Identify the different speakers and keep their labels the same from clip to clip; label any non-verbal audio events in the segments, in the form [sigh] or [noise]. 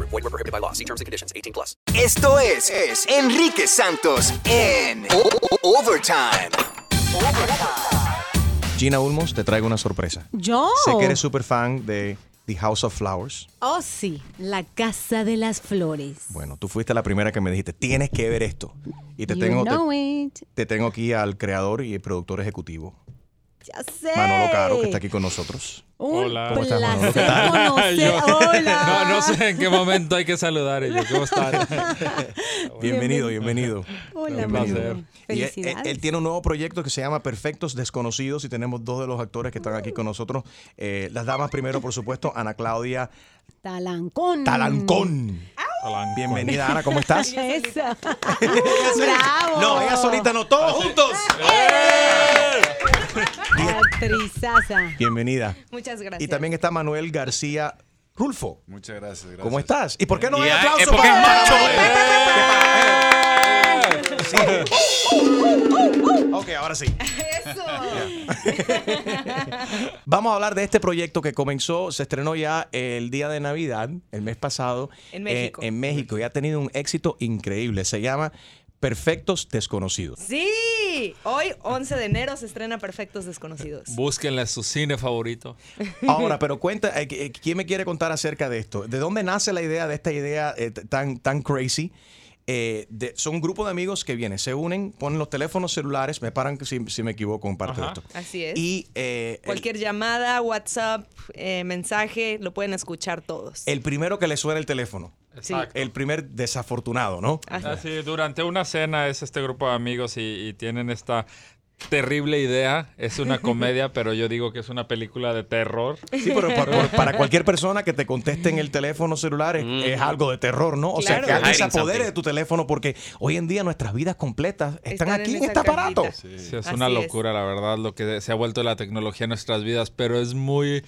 Speaker 1: Void were prohibited by law. See terms and conditions. 18 plus.
Speaker 2: Esto es, es Enrique Santos en O- O- Overtime.
Speaker 3: Gina Ulmos, te traigo una sorpresa.
Speaker 4: ¿Yo?
Speaker 3: Sé que eres súper fan de The House of Flowers.
Speaker 4: Oh, sí, la Casa de las Flores.
Speaker 3: Bueno, tú fuiste la primera que me dijiste, tienes que ver esto. Y te
Speaker 4: You
Speaker 3: tengo,
Speaker 4: know
Speaker 3: te,
Speaker 4: it.
Speaker 3: te tengo aquí al creador y el productor ejecutivo,
Speaker 4: Ya sé.
Speaker 3: Manolo Caro, que está aquí con nosotros.
Speaker 4: Un
Speaker 5: Hola.
Speaker 3: ¿Cómo estás, Manolo?
Speaker 4: placer conocer.
Speaker 5: [laughs] Yo-
Speaker 4: Hola.
Speaker 5: No, no sé en qué momento hay que saludar. y yo, ¿Cómo [laughs] están?
Speaker 3: Bienvenido, bienvenido.
Speaker 4: [laughs] Hola,
Speaker 5: placer.
Speaker 4: Manolo.
Speaker 3: Y él, él-
Speaker 4: Felicidades.
Speaker 3: él tiene un nuevo proyecto que se llama Perfectos Desconocidos y tenemos dos de los actores que están aquí con nosotros. Eh, las damas primero, por supuesto, Ana Claudia
Speaker 4: Mm. Talancón.
Speaker 3: Talancón. Bienvenida, Ana, ¿cómo estás?
Speaker 4: Esa. [laughs]
Speaker 3: [laughs]
Speaker 4: Bravo.
Speaker 3: No, ella solita, no, todos juntos.
Speaker 4: Actrizaza.
Speaker 3: Bienvenida.
Speaker 6: Muchas gracias.
Speaker 3: Y también está Manuel García Rulfo.
Speaker 7: Muchas gracias, gracias.
Speaker 3: ¿Cómo estás? ¿Y por qué no hay eh,
Speaker 7: Y, ah,
Speaker 3: aplauso
Speaker 7: es porque
Speaker 3: para
Speaker 7: es macho.
Speaker 3: Manuel? Sí. Ok, ahora sí. Vamos a hablar de este proyecto que comenzó, se estrenó ya el día de Navidad, el mes pasado.
Speaker 6: En México.
Speaker 3: eh, en México y ha tenido un éxito increíble. Se llama Perfectos Desconocidos.
Speaker 6: Sí, hoy 11 de enero se estrena Perfectos Desconocidos.
Speaker 5: Búsquenla en su cine favorito.
Speaker 3: Ahora, pero cuenta, eh, eh, ¿quién me quiere contar acerca de esto? ¿De dónde nace la idea de esta idea eh, t- tan, tan crazy? Eh, de- son un grupo de amigos que vienen, se unen, ponen los teléfonos celulares, me paran si, si me equivoco en parte de
Speaker 5: Ajá.
Speaker 3: esto.
Speaker 6: Así es.
Speaker 3: Y eh, el-
Speaker 6: Cualquier llamada, WhatsApp, eh, mensaje, lo pueden escuchar todos.
Speaker 3: el primero que le suena el teléfono,
Speaker 6: Sí.
Speaker 3: el primer desafortunado, ¿no?
Speaker 5: Así, Ah, durante una cena es este grupo de amigos y, y tienen esta terrible idea. Es una comedia, pero yo digo que es una película de terror.
Speaker 3: Sí, pero
Speaker 6: [laughs]
Speaker 3: pa- por- para cualquier persona que te conteste en el teléfono celular es, es algo de terror, ¿no? O sea,
Speaker 6: Claro.
Speaker 3: que alguien se
Speaker 7: Hiding
Speaker 3: apodere
Speaker 7: something.
Speaker 3: de tu teléfono porque hoy en día nuestras vidas completas están,
Speaker 6: Están en
Speaker 3: aquí en
Speaker 6: esa
Speaker 3: este aparato.
Speaker 6: cajetita.
Speaker 5: Sí, es una
Speaker 6: Así es.
Speaker 5: locura, la verdad, lo que se ha vuelto la tecnología en nuestras vidas, pero es muy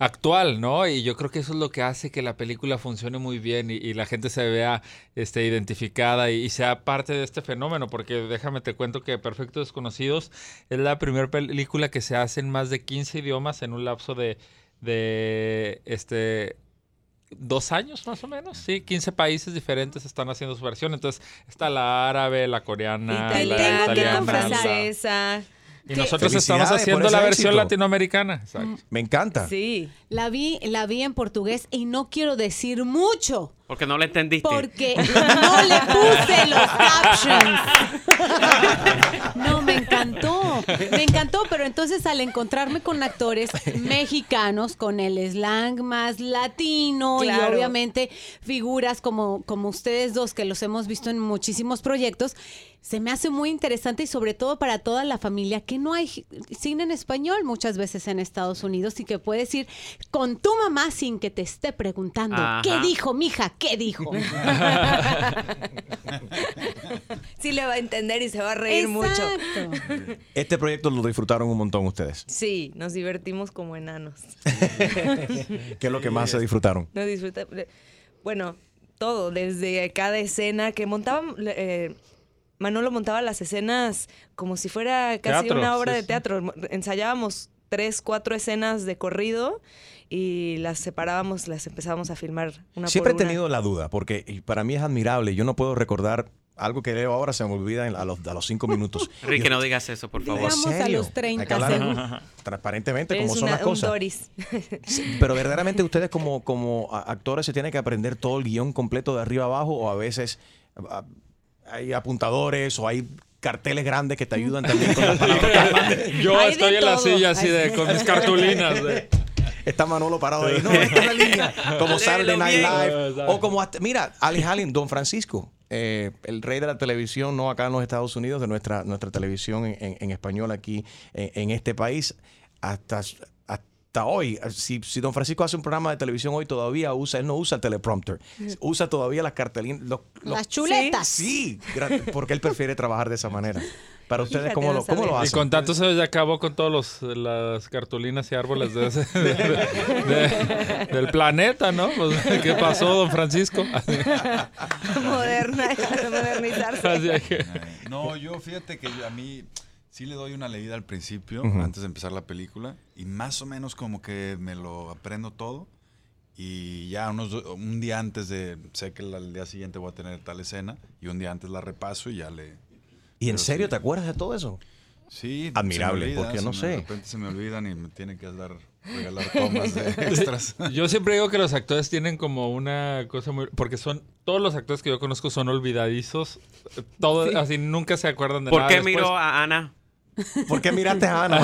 Speaker 5: actual, ¿no? Y yo creo que eso es lo que hace que la película funcione muy bien y, y la gente se vea este, identificada y, y sea parte de este fenómeno, porque déjame te cuento que Perfectos Desconocidos es la primera película que se hace en más de 15 idiomas en un lapso de, de este, dos años más o menos, sí, 15 países diferentes están haciendo su versión, entonces está la árabe, la coreana,
Speaker 4: Te
Speaker 5: la
Speaker 4: tengo que
Speaker 5: italiana,
Speaker 4: confesar.
Speaker 6: francesa.
Speaker 5: y nosotros
Speaker 3: Felicidades
Speaker 5: estamos
Speaker 3: por
Speaker 5: haciendo
Speaker 3: ese
Speaker 5: la versión
Speaker 3: éxito.
Speaker 5: latinoamericana. Exacto.
Speaker 3: Me encanta.
Speaker 6: Sí.
Speaker 4: La vi, la vi en portugués y no quiero decir mucho
Speaker 7: Porque no la entendiste.
Speaker 4: porque no le puse los captions. No, me encantó. Me encantó, pero entonces al encontrarme con actores mexicanos, con el slang más latino y
Speaker 6: Claro.
Speaker 4: obviamente figuras como, como ustedes dos que los hemos visto en muchísimos proyectos, se me hace muy interesante y sobre todo para toda la familia que no hay gi- cine en español muchas veces en Estados Unidos y que puedes ir con tu mamá sin que te esté preguntando, ¿qué
Speaker 7: Ajá.
Speaker 4: dijo mija? ¿Qué dijo?
Speaker 6: Sí le va a entender y se va a [laughs] reír mucho.
Speaker 4: mucho.
Speaker 3: Este proyecto lo disfrutaron un montón ustedes.
Speaker 6: Sí, nos divertimos como enanos.
Speaker 3: ¿Qué es lo que más se disfrutaron?
Speaker 6: Nos disfruta. Bueno, todo, desde cada escena que montaban. eh, Manolo montaba las escenas como si fuera casi
Speaker 5: Teatro,
Speaker 6: una obra
Speaker 5: sí,
Speaker 6: de
Speaker 5: sí.
Speaker 6: teatro. Mo- Ensayábamos tres, cuatro escenas de corrido y las separábamos, las empezábamos a filmar una
Speaker 3: Siempre he
Speaker 6: por una.
Speaker 3: tenido la duda, porque y para mí es admirable. Yo no puedo recordar algo que leo ahora, se me olvida en- a, los, a los cinco
Speaker 7: [laughs]
Speaker 3: minutos.
Speaker 7: Enrique, no digas eso, por favor.
Speaker 4: Digamos a los 30
Speaker 3: Hay que hablar
Speaker 4: segundos.
Speaker 3: [laughs] transparentemente
Speaker 6: Eres
Speaker 3: como son
Speaker 6: una-
Speaker 3: las
Speaker 6: un
Speaker 3: cosas.
Speaker 6: Doris. [laughs]
Speaker 3: Sí, Pero verdaderamente ustedes como, como a- actores se tienen que aprender todo el guión completo de arriba abajo o a veces a- hay apuntadores o hay carteles grandes que te ayudan también con las
Speaker 7: [laughs]
Speaker 3: palabras.
Speaker 5: Yo
Speaker 6: Hay de
Speaker 5: estoy en la
Speaker 6: todo.
Speaker 5: silla así
Speaker 6: Hay
Speaker 5: de con
Speaker 6: [laughs]
Speaker 5: mis cartulinas. de-
Speaker 3: Está Manolo parado ahí. No, esta es la línea. Como Saturday Night
Speaker 5: bien.
Speaker 3: Live. O como hasta- mira, Alex Allen, Don Francisco. eh, el rey de la televisión, no acá en los Estados Unidos, de nuestra, nuestra televisión en, en- en español aquí en, en este país. Hasta, hasta hasta hoy. Si, si Don Francisco hace un programa de televisión hoy, todavía usa, él no usa el teleprompter,
Speaker 6: Mm.
Speaker 3: usa todavía las cartelinas. los- los-
Speaker 4: Las chuletas.
Speaker 3: Sí, gra- porque él prefiere trabajar de esa manera. Para ustedes,
Speaker 6: Fíjate,
Speaker 3: ¿cómo
Speaker 6: no
Speaker 3: lo, cómo lo
Speaker 6: sabía.
Speaker 5: Y
Speaker 3: hacen?
Speaker 5: con tanto se ya acabó con todas las cartulinas y árboles de ese- de- de- del planeta, ¿no? Pues, ¿Qué pasó, don Francisco? [laughs]
Speaker 6: Moderna, [laughs] modernizarse.
Speaker 5: Así que-
Speaker 8: Ay, No, yo fíjate que yo- a mí sí le doy una leída al principio, antes de empezar la película, y más o menos como que me lo aprendo todo. Y ya unos, do- un día antes de, sé que al día siguiente voy a tener tal escena, y un día antes la repaso y ya le...
Speaker 3: ¿Y en
Speaker 8: Pero
Speaker 3: serio
Speaker 8: sí.
Speaker 3: te acuerdas de todo eso?
Speaker 8: Sí, se me
Speaker 3: Admirable,
Speaker 8: olvida,
Speaker 3: porque
Speaker 8: se
Speaker 3: no
Speaker 8: me-
Speaker 3: sé.
Speaker 8: De repente se me olvidan y me tienen que dar, regalar
Speaker 3: [laughs]
Speaker 8: tomas de extras.
Speaker 5: Yo siempre digo que los actores tienen como una cosa muy... Porque son... Todos los actores que yo conozco son olvidadizos. Todos, así, nunca se acuerdan de
Speaker 7: ¿Por
Speaker 5: nada
Speaker 7: qué
Speaker 5: después.
Speaker 7: miró a Ana?
Speaker 3: ¿Por qué miraste a Ana?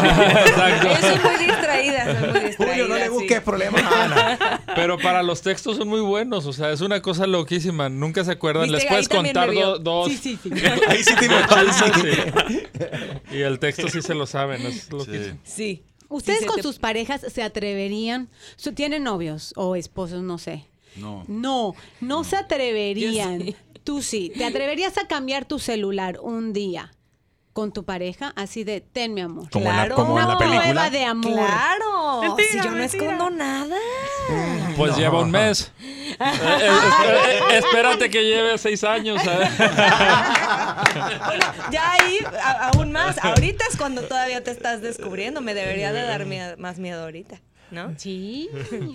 Speaker 6: Yo soy muy distraída, soy muy distraída.
Speaker 3: [laughs] Julio, no le
Speaker 6: sí.
Speaker 3: busques problemas a
Speaker 4: [laughs]
Speaker 3: Ana.
Speaker 5: Pero para los textos son muy buenos. O sea, es una cosa loquísima. Nunca se acuerdan.
Speaker 6: Viste,
Speaker 5: Les
Speaker 6: ahí
Speaker 5: puedes
Speaker 6: también
Speaker 5: contar
Speaker 6: me vio.
Speaker 5: do- dos...
Speaker 4: Sí, sí, sí.
Speaker 3: Ahí sí te
Speaker 5: [laughs] Sí. Y el texto sí se lo saben. Es loquísimo.
Speaker 8: Sí.
Speaker 6: Sí.
Speaker 4: ¿Ustedes
Speaker 6: Sí, se
Speaker 4: con
Speaker 6: te-
Speaker 4: sus parejas se atreverían? su- ¿Tienen novios o esposos? No sé.
Speaker 8: No.
Speaker 4: No, no se atreverían. Tú sí. ¿Te atreverías a cambiar tu celular un día con tu pareja? Así de, ten mi amor.
Speaker 3: Como en la-
Speaker 6: Claro.
Speaker 3: como en la
Speaker 4: Una
Speaker 3: película.
Speaker 4: prueba de amor.
Speaker 6: Claro.
Speaker 7: Mentira,
Speaker 6: si yo no
Speaker 7: mentira.
Speaker 6: escondo nada.
Speaker 5: Pues lleva un
Speaker 6: [laughs]
Speaker 5: mes. Eh, eh, esp- eh, espérate que lleve seis años. ¿eh? ¿sabes?
Speaker 6: [laughs] Bueno, ya ahí, a- aún más. Ahorita es cuando todavía te estás descubriendo. Me debería de dar miedo- más miedo ahorita, ¿no? [laughs]
Speaker 4: Sí.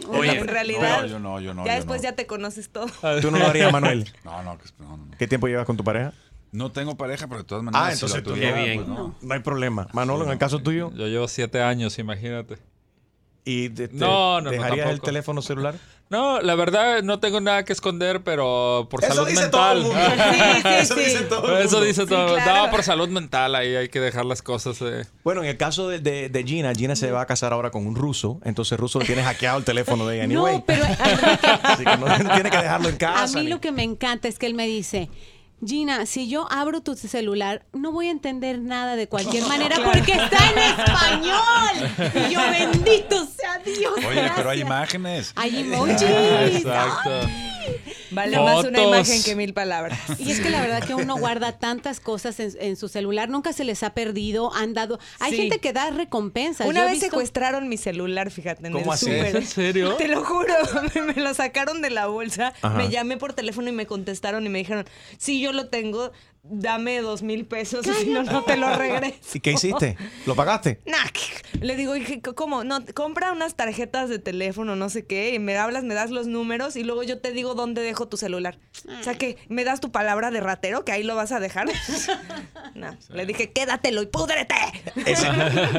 Speaker 7: Oye,
Speaker 6: en realidad.
Speaker 8: no, yo no, yo no,
Speaker 6: Ya
Speaker 8: yo
Speaker 6: después
Speaker 8: no.
Speaker 6: ya te conoces todo.
Speaker 3: Tú no lo
Speaker 4: [laughs]
Speaker 3: harías, Manuel.
Speaker 8: No, no, que- no, no, no.
Speaker 3: ¿Qué tiempo llevas con tu pareja?
Speaker 8: No tengo pareja, pero de todas maneras...
Speaker 3: Ah,
Speaker 8: si
Speaker 3: entonces
Speaker 8: la
Speaker 3: tú
Speaker 8: tuviera,
Speaker 7: Qué bien.
Speaker 8: pues, no.
Speaker 3: No hay problema. Manolo, en el caso tuyo,
Speaker 5: Yo llevo siete años, imagínate.
Speaker 3: ¿y te, te-
Speaker 5: No, no, no,
Speaker 3: dejarías el
Speaker 5: tampoco.
Speaker 3: teléfono celular?
Speaker 5: No, la verdad no tengo nada que esconder, pero por salud mental.
Speaker 3: [laughs] Eso dice todo el
Speaker 5: Eso
Speaker 3: mundo.
Speaker 5: dice todo.
Speaker 6: claro.
Speaker 5: No, por salud mental ahí hay que dejar las cosas. eh.
Speaker 3: Bueno, en el caso de, de- de Gina, Gina se va a casar ahora con un ruso, entonces el ruso le tiene hackeado el teléfono de ella. Anyway.
Speaker 4: No, pero Enrique,
Speaker 3: Así que no, no [laughs] tiene que dejarlo en [laughs]
Speaker 4: A
Speaker 3: casa.
Speaker 4: mí
Speaker 3: ni-
Speaker 4: lo que me encanta es que él me dice, Gina, si yo abro tu celular, no voy a entender nada de cualquier manera porque está en español. Y yo, bendito sea Dios.
Speaker 8: Oye, pero hay
Speaker 4: gracias".
Speaker 8: imágenes.
Speaker 3: [laughs]
Speaker 4: Hay
Speaker 5: [laughs]
Speaker 4: emojis.
Speaker 5: Exacto.
Speaker 6: Vale más una
Speaker 5: Fotos.
Speaker 6: imagen que mil palabras. [laughs]
Speaker 4: Y es que la verdad que uno guarda tantas cosas en, en su celular, nunca se les ha perdido, han dado... Hay
Speaker 6: Sí.
Speaker 4: gente que da recompensas.
Speaker 6: Una
Speaker 4: Yo he
Speaker 6: vez
Speaker 4: visto-
Speaker 6: secuestraron mi celular, fíjate. En
Speaker 3: ¿Cómo
Speaker 6: el
Speaker 3: así?
Speaker 6: súper.
Speaker 5: ¿Es en serio?
Speaker 6: [laughs] Te lo juro, me, me lo sacaron de la bolsa. Me llamé por teléfono y me contestaron y me dijeron, sí, yo lo tengo, dame dos mil pesos, [laughs] si no, no te
Speaker 8: [laughs]
Speaker 6: lo regreso.
Speaker 3: ¿Y qué hiciste? ¿Lo pagaste?
Speaker 6: Nah, ¿qué? Le digo, "Hija, ¿cómo? No, compra unas tarjetas de teléfono, no sé qué, y me hablas, me das los números y luego yo te digo dónde dejo tu celular. O sea, que me das tu palabra de ratero, que ahí lo vas a dejar. No, le dije, quédatelo y púdrete.
Speaker 3: Ese,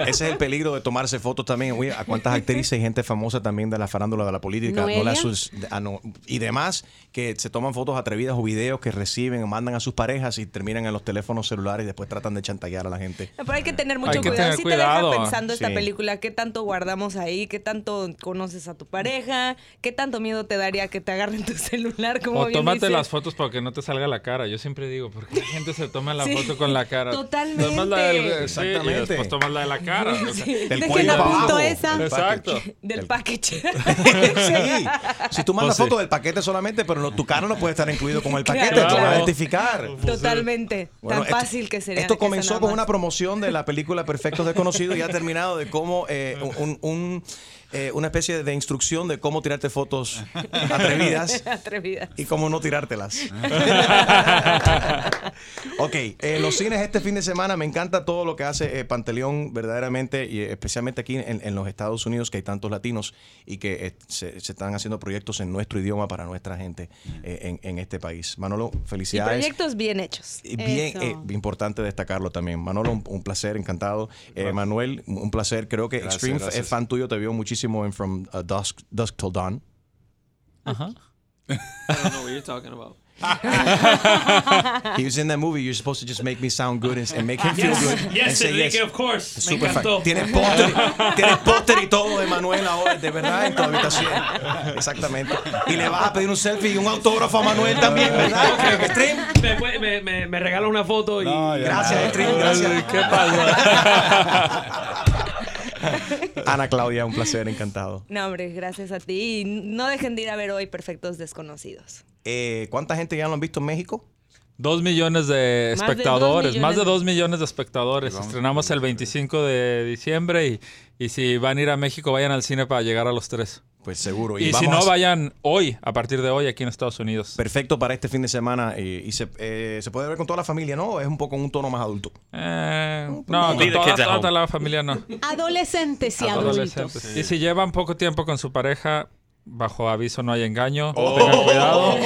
Speaker 3: ese es el peligro de tomarse fotos también. Oye, a cuántas actrices y gente famosa también de la farándula de la política no
Speaker 4: Noelia.
Speaker 3: las sus- ah, no, y demás que se toman fotos atrevidas o videos que reciben o mandan a sus parejas y terminan en los teléfonos celulares y después tratan de chantajear a la gente.
Speaker 6: Pero hay que tener mucho
Speaker 5: que
Speaker 6: cuidado.
Speaker 5: tener
Speaker 6: sí
Speaker 5: cuidado.
Speaker 6: te deja pensando esta
Speaker 3: Sí.
Speaker 6: película, qué tanto guardamos ahí, qué tanto conoces a tu pareja, qué tanto miedo te daría que te agarren tu [laughs] celular, como
Speaker 5: O
Speaker 6: bien
Speaker 5: tómate
Speaker 6: dices.
Speaker 5: las fotos para que no te salga la cara. Yo siempre digo, ¿por qué la gente se toma la
Speaker 6: Sí,
Speaker 5: foto con la cara?
Speaker 6: totalmente.
Speaker 5: Tomas la del- eh, sí,
Speaker 3: Exactamente.
Speaker 5: y después tomas la de la cara. o sea.
Speaker 3: Del
Speaker 4: Dejen
Speaker 3: cuello
Speaker 4: a
Speaker 3: para
Speaker 4: punto
Speaker 3: abajo.
Speaker 4: esa.
Speaker 3: El
Speaker 5: Exacto.
Speaker 3: package. [laughs]
Speaker 6: Del
Speaker 3: El-
Speaker 6: package.
Speaker 4: [laughs]
Speaker 3: Sí. Si tú mandas
Speaker 5: Pues sí.
Speaker 3: fotos del paquete solamente, pero no, tu cara no puede estar incluido como el paquete, tú lo
Speaker 6: Claro.
Speaker 3: vas a
Speaker 5: Claro.
Speaker 3: identificar.
Speaker 6: Totalmente.
Speaker 3: Bueno,
Speaker 6: Tan
Speaker 3: esto-
Speaker 6: fácil que sería.
Speaker 3: Esto
Speaker 6: que sea
Speaker 3: comenzó
Speaker 6: nada
Speaker 3: con
Speaker 6: más.
Speaker 3: una promoción de la película Perfectos Desconocidos y ha terminado de cómo eh, un- un- eh, una especie de instrucción de cómo tirarte fotos
Speaker 6: [laughs]
Speaker 3: atrevidas
Speaker 6: Atrevida.
Speaker 3: y cómo no tirártelas. ok, eh, los cines este fin de semana, me encanta todo lo que hace eh, Panteleón verdaderamente, y eh, especialmente aquí en, en los Estados Unidos, que hay tantos latinos y que eh, se, se están haciendo proyectos en nuestro idioma para nuestra gente eh, en, en este país. Manolo,
Speaker 6: Y
Speaker 3: felicidades.
Speaker 6: proyectos bien hechos.
Speaker 3: Y Bien,
Speaker 4: Eso.
Speaker 3: eh, importante destacarlo también. Manolo, un, un placer, encantado. Eh, Manuel, un placer. Creo que
Speaker 8: Gracias,
Speaker 3: Extreme
Speaker 8: gracias.
Speaker 3: es fan tuyo, te vio muchísimo en From uh, Dusk, Dusk Till Dawn.
Speaker 5: Ajá.
Speaker 3: He was in that movie. You're supposed to just make me sound good and, and make him feel good. and say
Speaker 7: [laughs] course.
Speaker 3: Super fan. Tienes póster, tienes póster y todo de Manuel ahora, de verdad, en tu habitación. Exactamente. Y le vas a pedir un selfie y un autógrafo a Manuel también, ¿verdad? Extreme.
Speaker 9: Me, puede- me, me, me regala una foto y.
Speaker 8: No, ya
Speaker 3: Gracias,
Speaker 8: nada.
Speaker 3: Extreme. Gracias.
Speaker 5: ¿Qué pasa?
Speaker 3: [laughs] Ana Claudia, un placer, encantado.
Speaker 6: No, hombre, gracias a ti. Y no dejen de ir a ver hoy Perfectos
Speaker 3: [laughs]
Speaker 6: Desconocidos.
Speaker 3: Eh, ¿Cuánta gente ya lo han visto en México?
Speaker 5: Dos millones de
Speaker 6: Más de dos
Speaker 5: espectadores, más de
Speaker 6: millones.
Speaker 5: dos millones de espectadores. Estrenamos el 25 de diciembre y, y si van a ir a México, vayan al cine para llegar a los tres.
Speaker 3: Pues seguro.
Speaker 5: Y si no, vayan hoy, a partir de hoy, aquí en Estados Unidos.
Speaker 3: Perfecto para este fin de semana eh, y se, eh, se puede ver con toda la familia, ¿no? Es un poco un tono más adulto.
Speaker 5: Eh, no,
Speaker 10: Leave
Speaker 5: con
Speaker 10: the kids
Speaker 5: toda,
Speaker 10: at home.
Speaker 5: toda la familia no.
Speaker 11: Adolescentes y adultos.
Speaker 5: Adolescentes. Y si llevan poco tiempo con su pareja, bajo aviso no hay engaño.
Speaker 3: Oh. [laughs]
Speaker 5: Tengan cuidado.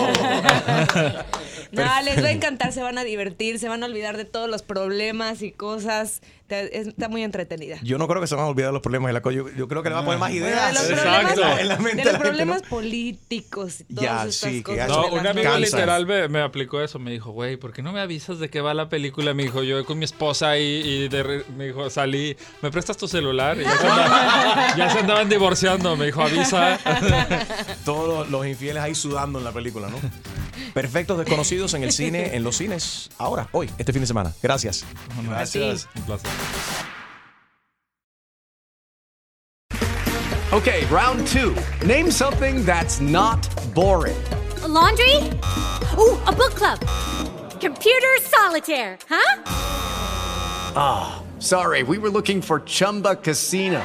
Speaker 6: [laughs] No, les va a encantar, se van a divertir, se van a olvidar de todos los problemas y cosas. Te- es- Está muy entretenida.
Speaker 3: Yo no creo que se van a olvidar de los problemas de la co- yo, yo creo que le va a poner más
Speaker 6: Bueno, de
Speaker 3: ideas
Speaker 6: los
Speaker 3: en
Speaker 6: problemas,
Speaker 3: la-
Speaker 5: Exacto.
Speaker 3: en la mente de
Speaker 6: de los
Speaker 3: la gente, ¿no?
Speaker 6: problemas políticos y todas
Speaker 3: Ya,
Speaker 6: estas
Speaker 3: sí, que ya
Speaker 6: cosas.
Speaker 5: No,
Speaker 3: Eso
Speaker 5: un
Speaker 3: me
Speaker 5: amigo
Speaker 3: cansa.
Speaker 5: literal me, me aplicó eso. Me dijo, güey, ¿por qué no me avisas de qué va la película? Me dijo, yo con mi esposa y, y de re- me dijo, salí, ¿me prestas tu celular? Y ya, se andaban, ya se andaban divorciando. Me dijo, avisa.
Speaker 3: Todos los, los infieles ahí sudando en la película, ¿no? Perfectos desconocidos en el cine, en los cines, ahora, hoy, este fin de semana. Gracias.
Speaker 12: Gracias.
Speaker 5: Un placer.
Speaker 13: Okay, round two. Name something that's not boring.
Speaker 4: laundry? Ooh, a book club. Computer solitaire, huh?
Speaker 13: Sorry, we were looking for Chumba Casino.